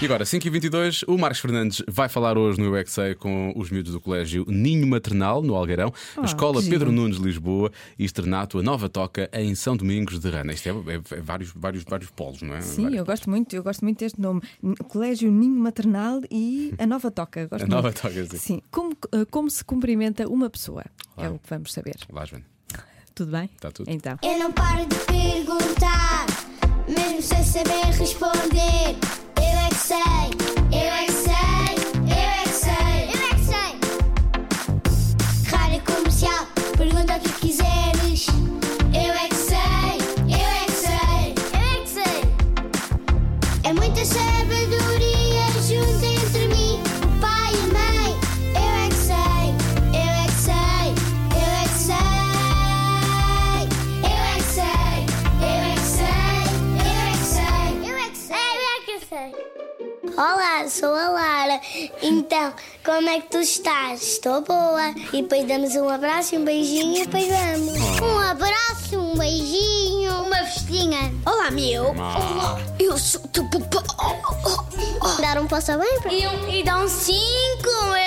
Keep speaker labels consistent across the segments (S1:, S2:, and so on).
S1: E agora, 5h22, o Marcos Fernandes vai falar hoje no UXA com os miúdos do Colégio Ninho Maternal, no Algarão, a Escola
S2: que
S1: Pedro
S2: giro.
S1: Nunes de Lisboa e Externato, a Nova Toca, em São Domingos de Rana. Isto é, é- é vários, vários, vários polos, não é?
S2: Sim,
S1: Vários
S2: eu gosto muito, eu gosto muito deste nome. N- Colégio Ninho Maternal e a Nova Toca. Gosto
S1: A Nova
S2: muito.
S1: Toca, sim.
S2: Como, eh, como se cumprimenta uma pessoa? É
S1: Ah.
S2: o que vamos saber.
S1: Lá, Joana.
S2: Tudo bem?
S1: Tá tudo.
S2: Então.
S3: Eu não paro de perguntar, mesmo sem saber responder. Eu é que sei, eu é que sei, eu é que sei, eu é que sei. Rádio comercial, pergunta o que quiseres. Eu é que sei, eu é que sei, eu é que sei. É muita sabedoria junto entre mim, o pai e a mãe. Eu é que sei, eu é que sei, eu é que sei. Eu é que sei, eu é que sei, eu é que sei. Eu é que sei, eu é que sei. Olá, sou a Lara. Então, como é que tu estás? Estou boa. E depois damos um abraço, um beijinho e depois vamos. Um abraço, um beijinho, uma festinha.
S4: Olá, meu.
S1: Ah,
S4: Eu sou tu. tu- tu- oh, oh, oh.
S3: Dar um passo bem para E, um, e dá um 5,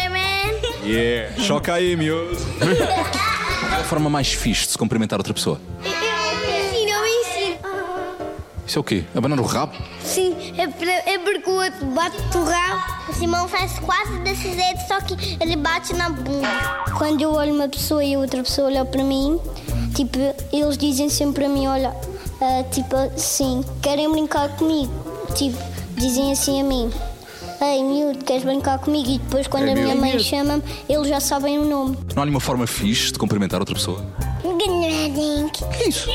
S3: é, man?
S5: Yeah. Choca aí, miúdo.
S6: Qual a forma mais fixe de se cumprimentar outra pessoa?
S3: Ensina, eu ensino.
S6: Isso é o quê? Abanar o rabo?
S3: Sim, é, porque o outro bate o rabo. O Simão faz quase desse jeito, só que ele bate na bunda. Quando eu olho uma pessoa e outra pessoa olha para mim, tipo, eles dizem sempre para mim: olha, ah, tipo assim, querem brincar comigo. Tipo, dizem assim a mim. Ei, miúdo, queres brincar comigo? E depois, quando
S1: Ei,
S3: a minha
S1: miúdo.
S3: mãe chama-me, eles já sabem o nome.
S6: Não há nenhuma forma fixe de cumprimentar outra pessoa?
S3: Ganhadinho.
S6: O que é isso?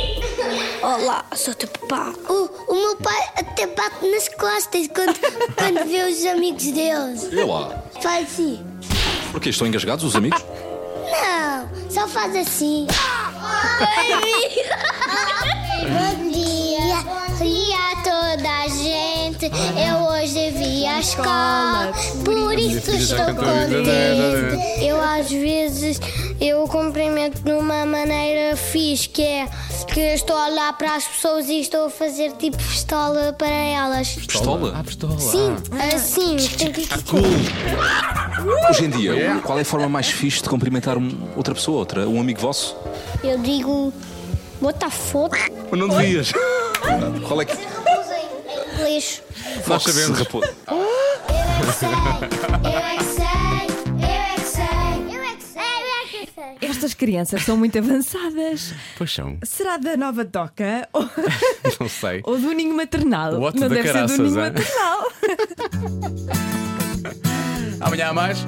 S4: Olá, sou tu papá.
S3: O, o meu pai até bate nas costas quando, quando vê os amigos deles.
S6: Eu lá.
S3: Faz assim.
S6: Porquê? Estão engasgados os amigos?
S3: Não, só faz assim. Bom dia. Bom dia a toda a gente. Eu hoje vi a escola, por isso
S1: filha já
S3: estou
S1: cantou isso, né?
S3: contente. Eu às vezes eu cumprimento de uma maneira fixe, que é que eu estou a olhar para as pessoas e estou a fazer tipo pistola para elas.
S6: Pistola?
S3: Sim, assim.
S6: Hoje em dia, o- qual é a forma mais fixe de cumprimentar um- outra pessoa, outra, um amigo vosso?
S3: Eu digo, bota foto.
S6: Não devias. Qual é que.
S3: Em inglês.
S6: Nós sabemos. Raposo.
S3: Eu é que sei, eu é que sei, eu é que sei, eu é que sei.
S2: Estas crianças são muito avançadas.
S1: Pois são.
S2: Será da Nova Toca ou,
S1: Não sei.
S2: ou do Ninho Maternal?
S1: What
S2: Não
S1: the
S2: deve
S1: caraças, é?
S2: ser do Ninho
S1: hein?
S2: Maternal.
S1: Amanhã há mais.